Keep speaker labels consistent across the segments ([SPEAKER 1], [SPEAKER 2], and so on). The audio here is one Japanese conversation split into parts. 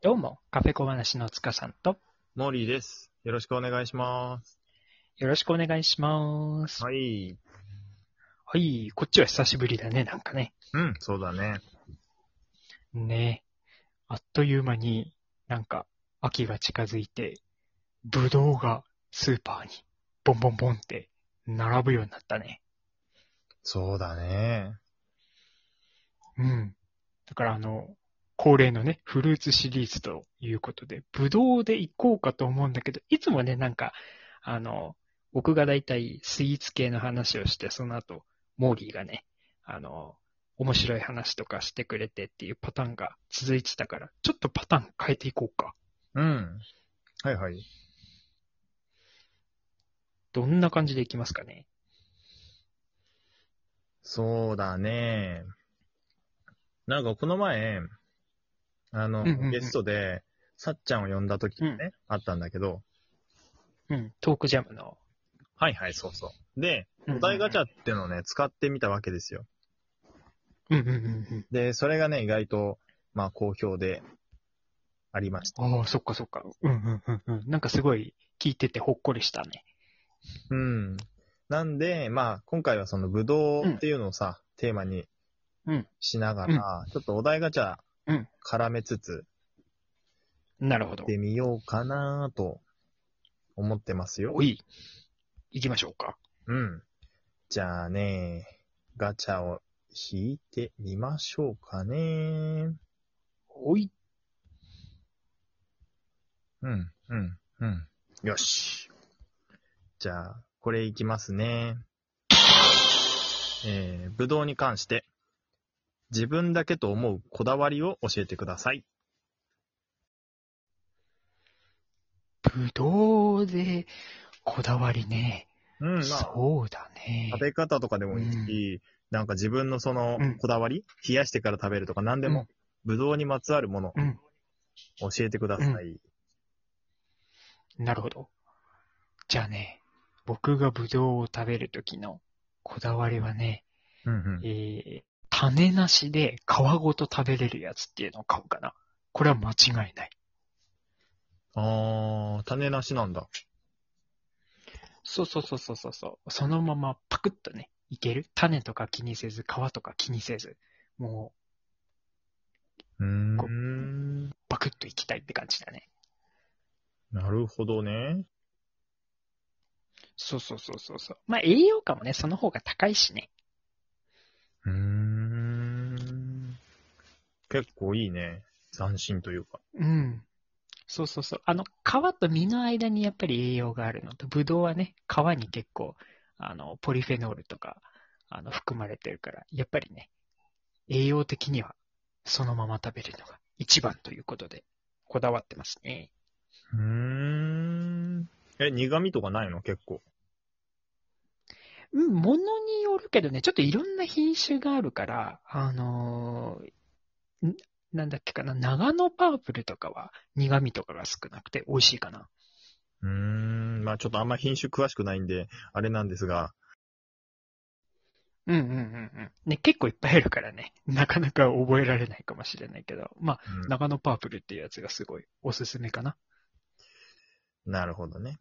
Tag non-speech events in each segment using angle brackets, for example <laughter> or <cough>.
[SPEAKER 1] どうも、カフェ小話の塚さんと、
[SPEAKER 2] モーリーです。よろしくお願いします。
[SPEAKER 1] よろしくお願いします。は
[SPEAKER 2] はい。
[SPEAKER 1] い、こっちは久しぶりだね、なんかね。
[SPEAKER 2] うん、そうだね。
[SPEAKER 1] ねあっという間になんか秋が近づいて、ブドウがスーパーにボンボンボンって並ぶようになったね。
[SPEAKER 2] そうだね。
[SPEAKER 1] うん。だからあの、恒例のね、フルーツシリーズということで、ブドウで行こうかと思うんだけど、いつもね、なんか、あの、僕がだいたいスイーツ系の話をして、その後、モーリーがね、あの、面白い話とかしてくれてっていうパターンが続いてたから、ちょっとパターン変えていこうか。
[SPEAKER 2] うん。はいはい。
[SPEAKER 1] どんな感じでいきますかね。
[SPEAKER 2] そうだね。なんかこの前、あの、
[SPEAKER 1] うんうんうん
[SPEAKER 2] ゲストで、さっちゃんを呼んだ時にね、
[SPEAKER 1] う
[SPEAKER 2] あったんだけど、
[SPEAKER 1] うん、トークジャムの。
[SPEAKER 2] はいはい、そうそう。で、
[SPEAKER 1] うん
[SPEAKER 2] お題ガチャってのをね、使ってみたわけですよ。
[SPEAKER 1] うんうんうん
[SPEAKER 2] で、それがね、意外と、まあ、好評で、ありました。
[SPEAKER 1] うん。ああ、そっかそっか。うんうんうんうん。なんかすごい聞いててほっこりしたね。
[SPEAKER 2] うん。なんで、まあ、今回はその、ぶどうっていうのをさ、テーマに
[SPEAKER 1] うん
[SPEAKER 2] しながら、ちょっとお題ガチャ
[SPEAKER 1] うん
[SPEAKER 2] 絡めつつ、
[SPEAKER 1] なるほど
[SPEAKER 2] やっ。てみようかなと思ってますよ
[SPEAKER 1] お。い、行きましょうか。
[SPEAKER 2] うん。じゃあね、ガチャを引いてみましょうかね。
[SPEAKER 1] おい、
[SPEAKER 2] うん、うん、うん。よし。じゃあ、これいきますね。えー、ぶどうに関して、自分だけと思うこだわりを教えてください。
[SPEAKER 1] ぶどうで、こだわりね。
[SPEAKER 2] うん、まあ、
[SPEAKER 1] そうだね。
[SPEAKER 2] 食べ方とかでもいいし、なんか自分のその
[SPEAKER 1] うん
[SPEAKER 2] こだわり、冷やしてから食べるとか何でも、ぶどうにまつわるもの
[SPEAKER 1] うん、
[SPEAKER 2] 教えてください。
[SPEAKER 1] なるほど。じゃあね、僕がぶどうを食べるときのこだわりはね、
[SPEAKER 2] うんうん
[SPEAKER 1] えー、種なしで皮ごと食べれるやつっていうのを買うかな。これは間違いない。
[SPEAKER 2] あー、種なしなんだ。
[SPEAKER 1] そうそうそうそうそうそう。そのままパクッとね、いける。種とか気にせず、皮とか気にせず、も
[SPEAKER 2] うー
[SPEAKER 1] こ
[SPEAKER 2] ん。
[SPEAKER 1] う、パクッといきたいって感じだね。
[SPEAKER 2] なるほどね。
[SPEAKER 1] そうそうそうそうそう。まあ栄養価もね、その方が高いしね。
[SPEAKER 2] うーん。結構いいね。斬新というか。
[SPEAKER 1] うん。そうそうそう。あの、皮と実の間にやっぱり栄養があるのと、ぶどうはね、皮に結構、あの、ポリフェノールとか、あの、含まれてるから、やっぱりね、栄養的には、そのまま食べるのが一番ということで、こだわってますね。
[SPEAKER 2] うーん。え、苦味とかないの結構。
[SPEAKER 1] うん、ものによるけどね、ちょっといろんな品種があるから、あのーんなんだっけかな、長野パープルとかは苦味とかが少なくて美味しいかな。
[SPEAKER 2] うーん。まあちょっとあんま品種詳しくないんで、あれなんですが。
[SPEAKER 1] うんうんうんうん。ね、結構いっぱいあるからね、なかなか覚えられないかもしれないけど、まあ、
[SPEAKER 2] うん
[SPEAKER 1] 長野パープルっていうやつがすごいおすすめかな。
[SPEAKER 2] なるほどね。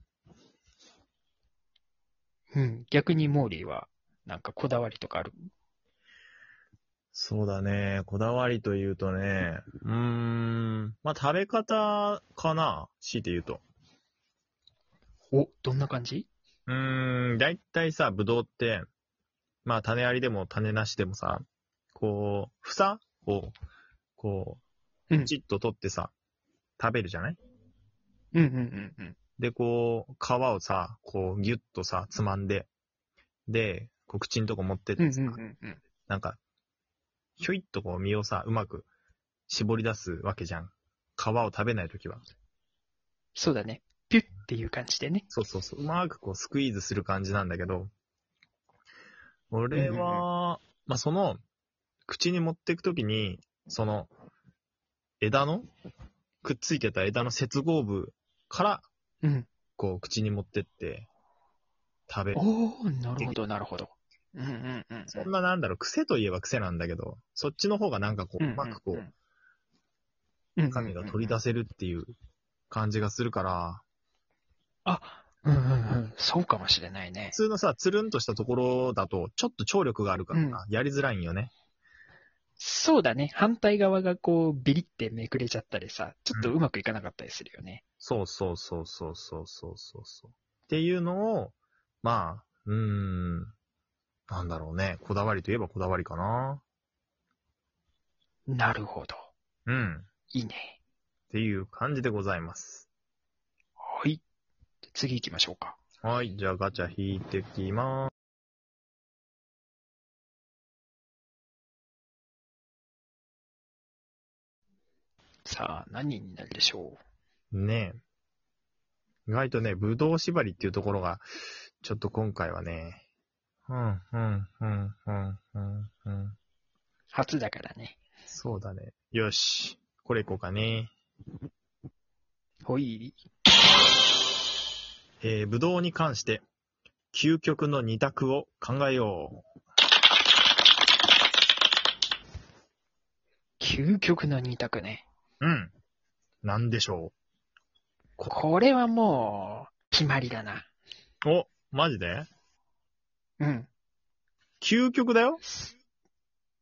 [SPEAKER 1] うん。逆にモーリーは、なんかこだわりとかある。
[SPEAKER 2] そうだね。こだわりというとね、うーん。まあ、食べ方かな強いて言うと。
[SPEAKER 1] お、どんな感じ
[SPEAKER 2] うーん。だいたいさ、ぶどうって、まあ、種ありでも種なしでもさ、こう、房を、こ
[SPEAKER 1] う
[SPEAKER 2] う、
[SPEAKER 1] ん
[SPEAKER 2] ちっと取ってさ、食べるじゃない
[SPEAKER 1] うんうんうんうん。
[SPEAKER 2] で、こう、皮をさ、こう、ぎゅっとさ、つまんで、で、こう、口んとこ持ってっ
[SPEAKER 1] うん
[SPEAKER 2] て
[SPEAKER 1] う
[SPEAKER 2] さ、
[SPEAKER 1] んうんうん。
[SPEAKER 2] なんか、ひょいっとこう、身をさ、うまく絞り出すわけじゃん。皮を食べないときは。
[SPEAKER 1] そうだね。ピュッっていう感じでね。
[SPEAKER 2] そうそうそう。うまくこうスクイーズする感じなんだけど、俺
[SPEAKER 1] うん
[SPEAKER 2] は、まあ、その、口に持っていくときに、その、枝の、くっついてた枝の接合部から、
[SPEAKER 1] うん。
[SPEAKER 2] こう、口に持ってって、食べる。
[SPEAKER 1] おー、なるほど、なるほど。うんうんうん
[SPEAKER 2] そんななんだろう、癖といえば癖なんだけど、そっちの方がなんかこ
[SPEAKER 1] う
[SPEAKER 2] う、
[SPEAKER 1] ん。
[SPEAKER 2] うまくこ
[SPEAKER 1] ん
[SPEAKER 2] う、
[SPEAKER 1] んんうん
[SPEAKER 2] 神が取り出せるっていう感じがするから、
[SPEAKER 1] うんうんうん。そうかもしれないね
[SPEAKER 2] 普。通のさ、つるんとしたところだと、ちょっと張力があるからな、やりづらいんよね。
[SPEAKER 1] そうだね。反対側がこう、ビリってめくれちゃったりさ、ちょっとうまくいかなかったりするよね。
[SPEAKER 2] そうそうそうそうそうそうそうそう。っていうのを、まあ、うーん、なんだろうね。こだわりといえばこだわりかな。
[SPEAKER 1] なるほど。
[SPEAKER 2] うん。
[SPEAKER 1] いいね。
[SPEAKER 2] っていう感じでございます。
[SPEAKER 1] はい。次行きましょうか。
[SPEAKER 2] はい。じゃあガチャ引いてきまーす。
[SPEAKER 1] さあ、何になるでしょ
[SPEAKER 2] ねえ。意外とね、ぶどう縛りっていうところが、ちょっと今回はね、うん、うん、うん、うん、うん、うん。
[SPEAKER 1] う。初だからね。
[SPEAKER 2] そうだね。よし。これいこうかね。
[SPEAKER 1] ほい。
[SPEAKER 2] えー、ぶどうに関して、究極の二択を考えよ
[SPEAKER 1] 究極の二択ね。
[SPEAKER 2] う。うん。なんでしょ
[SPEAKER 1] これはもう、決まりだな。
[SPEAKER 2] う。お、マジで
[SPEAKER 1] うん。
[SPEAKER 2] 究極だよ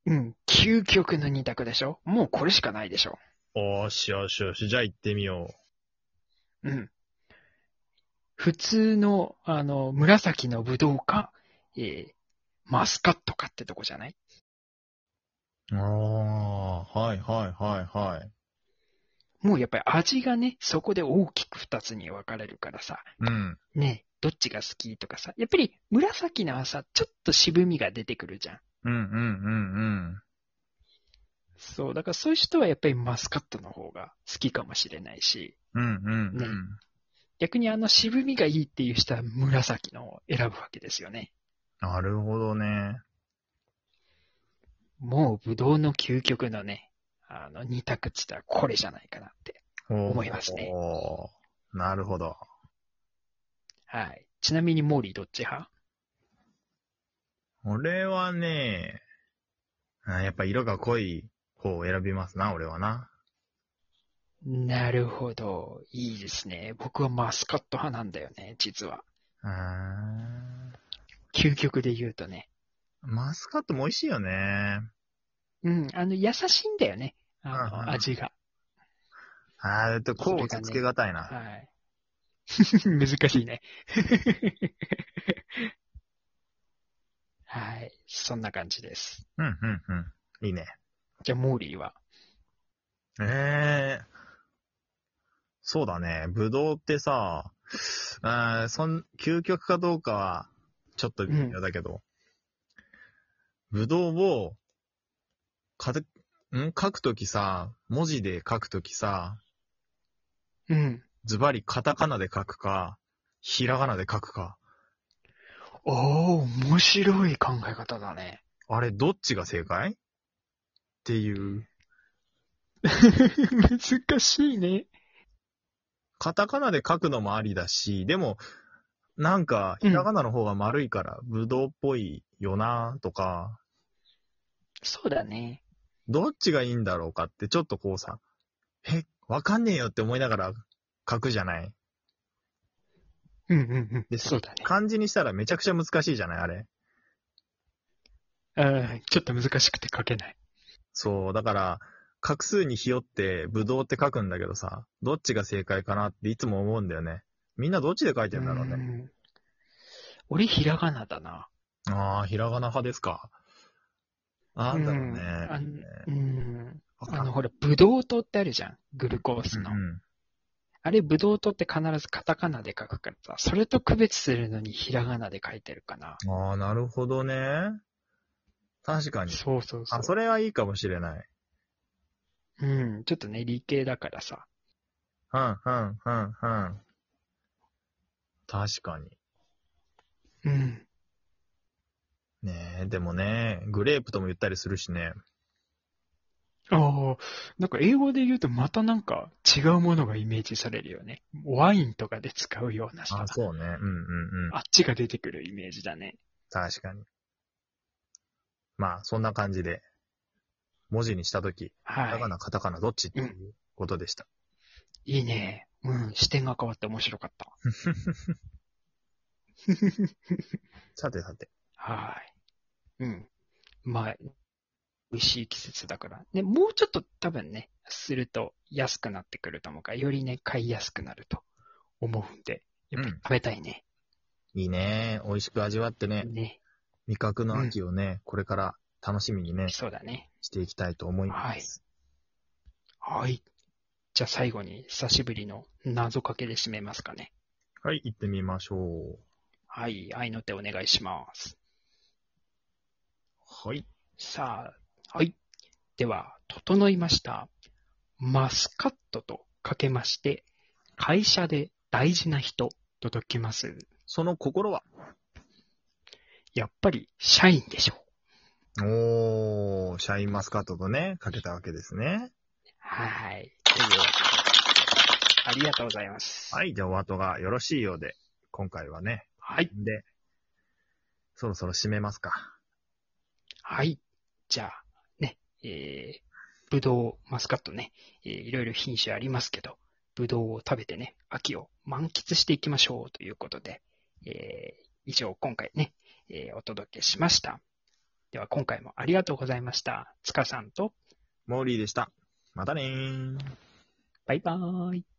[SPEAKER 1] うん。究極の二択でしょもうこれしかないでしょ
[SPEAKER 2] おーしよしよし。じゃあ行ってみよ。
[SPEAKER 1] うん。普通の、あの、紫のブドウか、えーマスカットかってとこじゃないう
[SPEAKER 2] あー、はいはいはいはい。
[SPEAKER 1] もうやっぱり味がね、そこで大きく二つに分かれるからさ、
[SPEAKER 2] うん。
[SPEAKER 1] ねえ、どっちが好きとかさ、やっぱり紫のはさ、ちょっと渋みが出てくるじゃん。
[SPEAKER 2] うんうんうん
[SPEAKER 1] そう、だからそういう人はやっぱりマスカットの方が好きかもしれないし、
[SPEAKER 2] うん。うんうんう
[SPEAKER 1] ね
[SPEAKER 2] ん。
[SPEAKER 1] 逆にあの渋みがいいっていう人は紫の方を選ぶわけですよね。
[SPEAKER 2] なるほどね。
[SPEAKER 1] もうブドウの究極のね、あの二択っつったらこれじゃないかなって。
[SPEAKER 2] 思
[SPEAKER 1] 思いますね
[SPEAKER 2] おーなるほど。
[SPEAKER 1] はい。ちなみにモーリーどっち派
[SPEAKER 2] 俺はね、あやっぱ色が濃い方を選びますな、俺はな。
[SPEAKER 1] なるほど。いいですね。僕はマスカット派なんだよね、実は。
[SPEAKER 2] うーん
[SPEAKER 1] 究極で言うとね。
[SPEAKER 2] マスカットも美味しいよね。
[SPEAKER 1] うん、あの、優しいんだよね。あ
[SPEAKER 2] うんうん
[SPEAKER 1] の、味が。
[SPEAKER 2] あーえっと、こうとつけがたいな。
[SPEAKER 1] <laughs> はい。難しいね。はい。そんな感じです。
[SPEAKER 2] うん、うん、うん。いいね。
[SPEAKER 1] じゃあ、モーリーは。
[SPEAKER 2] ええそうだね。ぶどうってさ、あーそん、究極かどうかは、ちょっと微妙だけど、ぶどうを、かて、ん書くときさ、文字で書くときさ、
[SPEAKER 1] うん。
[SPEAKER 2] ズバリカタカナで書くか、ひらがなで書くか。
[SPEAKER 1] おお面白い考え方だ <laughs> ね。
[SPEAKER 2] あれ、どっちが正解っていう。
[SPEAKER 1] 難しいね。
[SPEAKER 2] カタカナで書くのもありだし、でも、なんか、ひらがなの方が丸いから、ぶどうっぽいよなとか、
[SPEAKER 1] そうだね。
[SPEAKER 2] どっちがいいんだろうかって、ちょっとこうさ、え、わかんねえよって思いながら書くじゃない。
[SPEAKER 1] うんうんう
[SPEAKER 2] で
[SPEAKER 1] ん。そうだね。
[SPEAKER 2] 漢字にしたらめちゃくちゃ難しいじゃない、あれ。
[SPEAKER 1] うんちょっと難しくて書けない。
[SPEAKER 2] そう、だから、画数にひよって、ぶどうって書くんだけどさ、どっちが正解かなっていつも思うんだよね。みんなどっちで書いてんだろう
[SPEAKER 1] う
[SPEAKER 2] ね。
[SPEAKER 1] ん俺、ひらがなだな。
[SPEAKER 2] ああ、ひらがな派ですか。なんだろうね。
[SPEAKER 1] あんうん。
[SPEAKER 2] わか
[SPEAKER 1] あ
[SPEAKER 2] ん
[SPEAKER 1] の、ほら、ブドウ糖ってあるじゃん。グルコースの。
[SPEAKER 2] うんうん
[SPEAKER 1] あれ、ブドウ糖って必ずカタカナで書くからさ、それと区別するのにひらがなで書いてるかな。
[SPEAKER 2] ああ、なるほどね。確かに。
[SPEAKER 1] そうそうそう。
[SPEAKER 2] あ、それはいいかもしれない。
[SPEAKER 1] うん、ちょっとね、理系だからさ。
[SPEAKER 2] うん、うん、うん、うん。確かに。
[SPEAKER 1] うん。
[SPEAKER 2] ねえ、でもね、グレープとも言ったりするしね。
[SPEAKER 1] ああ、なんか英語で言うとまたなんか違うものがイメージされるよね。ワインとかで使うようなさ
[SPEAKER 2] あ、、そうね。うん、うん、うん。
[SPEAKER 1] あっちが出てくるイメージだね。
[SPEAKER 2] 確かに。まあ、そんな感じで、文字にしたとき、ひ
[SPEAKER 1] は
[SPEAKER 2] ら
[SPEAKER 1] い
[SPEAKER 2] が。な、カタカナ、どっちっていうことでした。
[SPEAKER 1] いいね。うん、視点が変わって面白かった。
[SPEAKER 2] さてさて。
[SPEAKER 1] はーい。うん。まあ、美味しい季節だから。ね、もうちょっと多分ね、すると安くなってくると思うから、よりね、買いやすくなると思うんで、やっぱり
[SPEAKER 2] うん
[SPEAKER 1] 食べたいね。
[SPEAKER 2] いいね。美味しく味わってね、
[SPEAKER 1] ね。
[SPEAKER 2] 味覚の秋をね、これから楽しみにね、
[SPEAKER 1] そうだね。
[SPEAKER 2] していきたいと思います。
[SPEAKER 1] はい。じゃあ最後に久しぶりの謎かけで締めますかね。
[SPEAKER 2] はい、行ってみましょ
[SPEAKER 1] はい。愛の手お願いします。
[SPEAKER 2] う。はい。
[SPEAKER 1] さあ、はい。では、整いました。マスカットとかけまして、会社で大事な人と解きます。
[SPEAKER 2] その心は
[SPEAKER 1] やっぱり社員でしょう。
[SPEAKER 2] おー、シャインマスカットとね、かけたわけですね。
[SPEAKER 1] はい。というありがとうございます。。
[SPEAKER 2] はいい、じゃあお後がよろしいようで、今回はね、
[SPEAKER 1] はい。
[SPEAKER 2] で、そろそろ締めますか。
[SPEAKER 1] はい。じゃあ、ね、えー、ぶどう、マスカットね、えーいろいろ品種ありますけど、ぶどうを食べてね、秋を満喫していきましょうということで、えー、以上、今回ね、えーお届けしました。では、今回もありがとうございました。つかさんと、
[SPEAKER 2] モーリーでした。またねー。
[SPEAKER 1] バイバーイ。